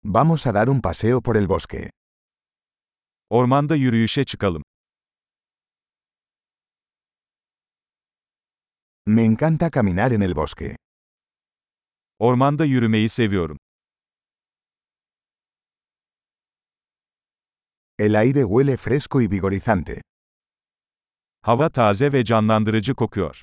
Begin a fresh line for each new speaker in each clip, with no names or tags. Vamos a dar un paseo por el bosque.
Ormanda yürüyüşe çıkalım.
Me encanta caminar en el bosque.
Ormanda yürümeyi seviyorum.
El aire huele fresco y vigorizante.
Hava taze ve canlandırıcı kokuyor.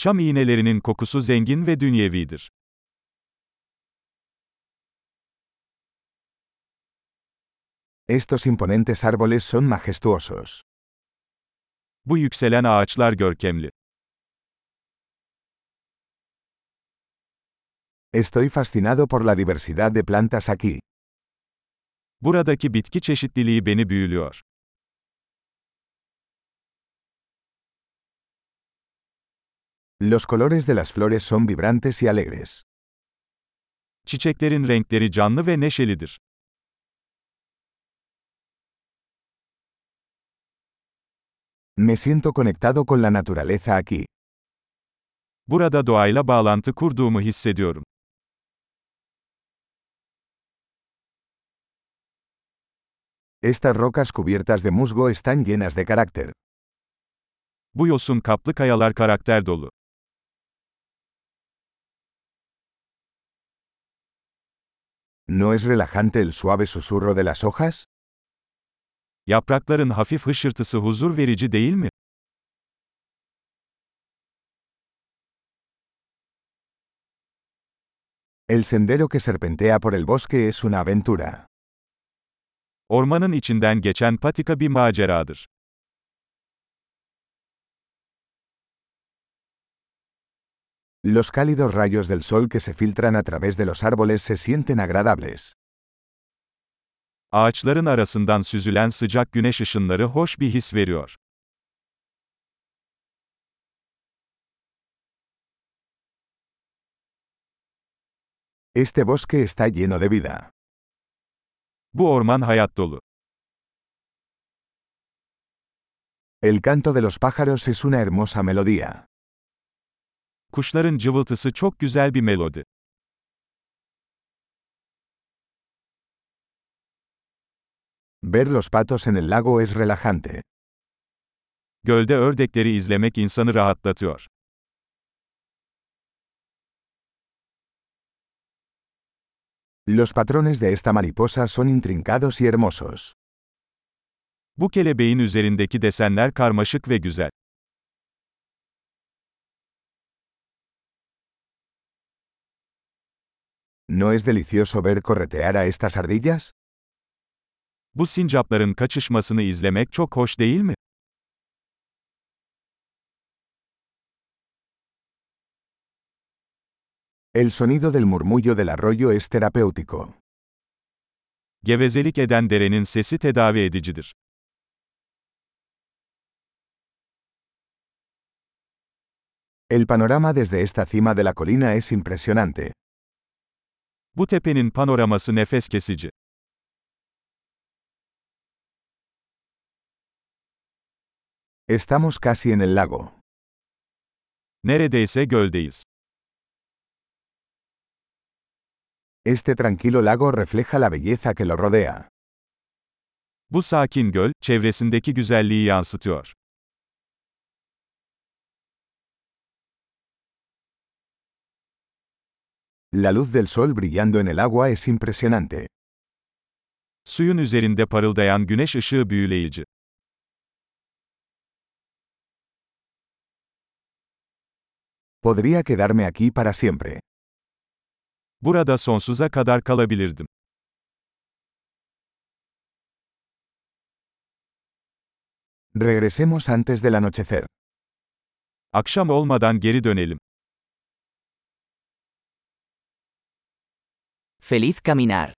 Çam iğnelerinin kokusu zengin ve dünyevidir.
Estos imponentes árboles son majestuosos.
Bu yükselen ağaçlar görkemli.
Estoy fascinado por la diversidad de plantas aquí.
Buradaki bitki çeşitliliği beni büyülüyor.
Los colores de las flores son vibrantes y alegres.
Çiçeklerin renkleri canlı ve neşelidir.
Me siento conectado con la naturaleza aquí.
Burada doğayla bağlantı kurduğumu hissediyorum.
Estas rocas cubiertas de musgo están llenas de carácter.
Bu yosun kaplı kayalar karakter dolu.
¿No es relajante el suave susurro de las hojas?
Yaprakların hafif hışırtısı huzur verici değil mi?
El sendero que serpentea por el bosque es una aventura.
Ormanın içinden geçen patika bir maceradır.
Los cálidos rayos del sol que se filtran a través de los árboles se sienten agradables.
Ağaçların arasından süzülen sıcak güneş ışınları hoş bir his veriyor.
Este bosque está lleno de vida.
Bu orman hayat dolu.
El canto de los pájaros es una hermosa melodía.
Kuşların cıvıltısı çok güzel bir melodi.
Ver los patos en el lago es relajante.
Gölde ördekleri izlemek insanı rahatlatıyor.
Los patrones de esta mariposa son intrincados y hermosos.
Bu kelebeğin üzerindeki desenler karmaşık ve güzel.
¿No es delicioso ver corretear a estas ardillas?
Bu sincapların kaçışmasını izlemek çok hoş değil mi?
El sonido del murmullo del arroyo es terapéutico.
Gevezelik eden derenin sesi tedavi edicidir.
El panorama desde esta cima de la colina es impresionante.
Bu tepenin panoraması nefes kesici.
Estamos casi en el lago.
Neredeyse göldeyiz.
Este tranquilo lago refleja la belleza que lo rodea.
Bu sakin göl, çevresindeki güzelliği yansıtıyor.
La luz del sol brillando en el agua es impresionante.
Suyun üzerinde parıldayan güneş ışığı büyüleyici.
Podría quedarme aquí para siempre.
Burada sonsuza kadar kalabilirdim.
Regresemos antes del anochecer.
Akşam olmadan geri dönelim.
Feliz caminar.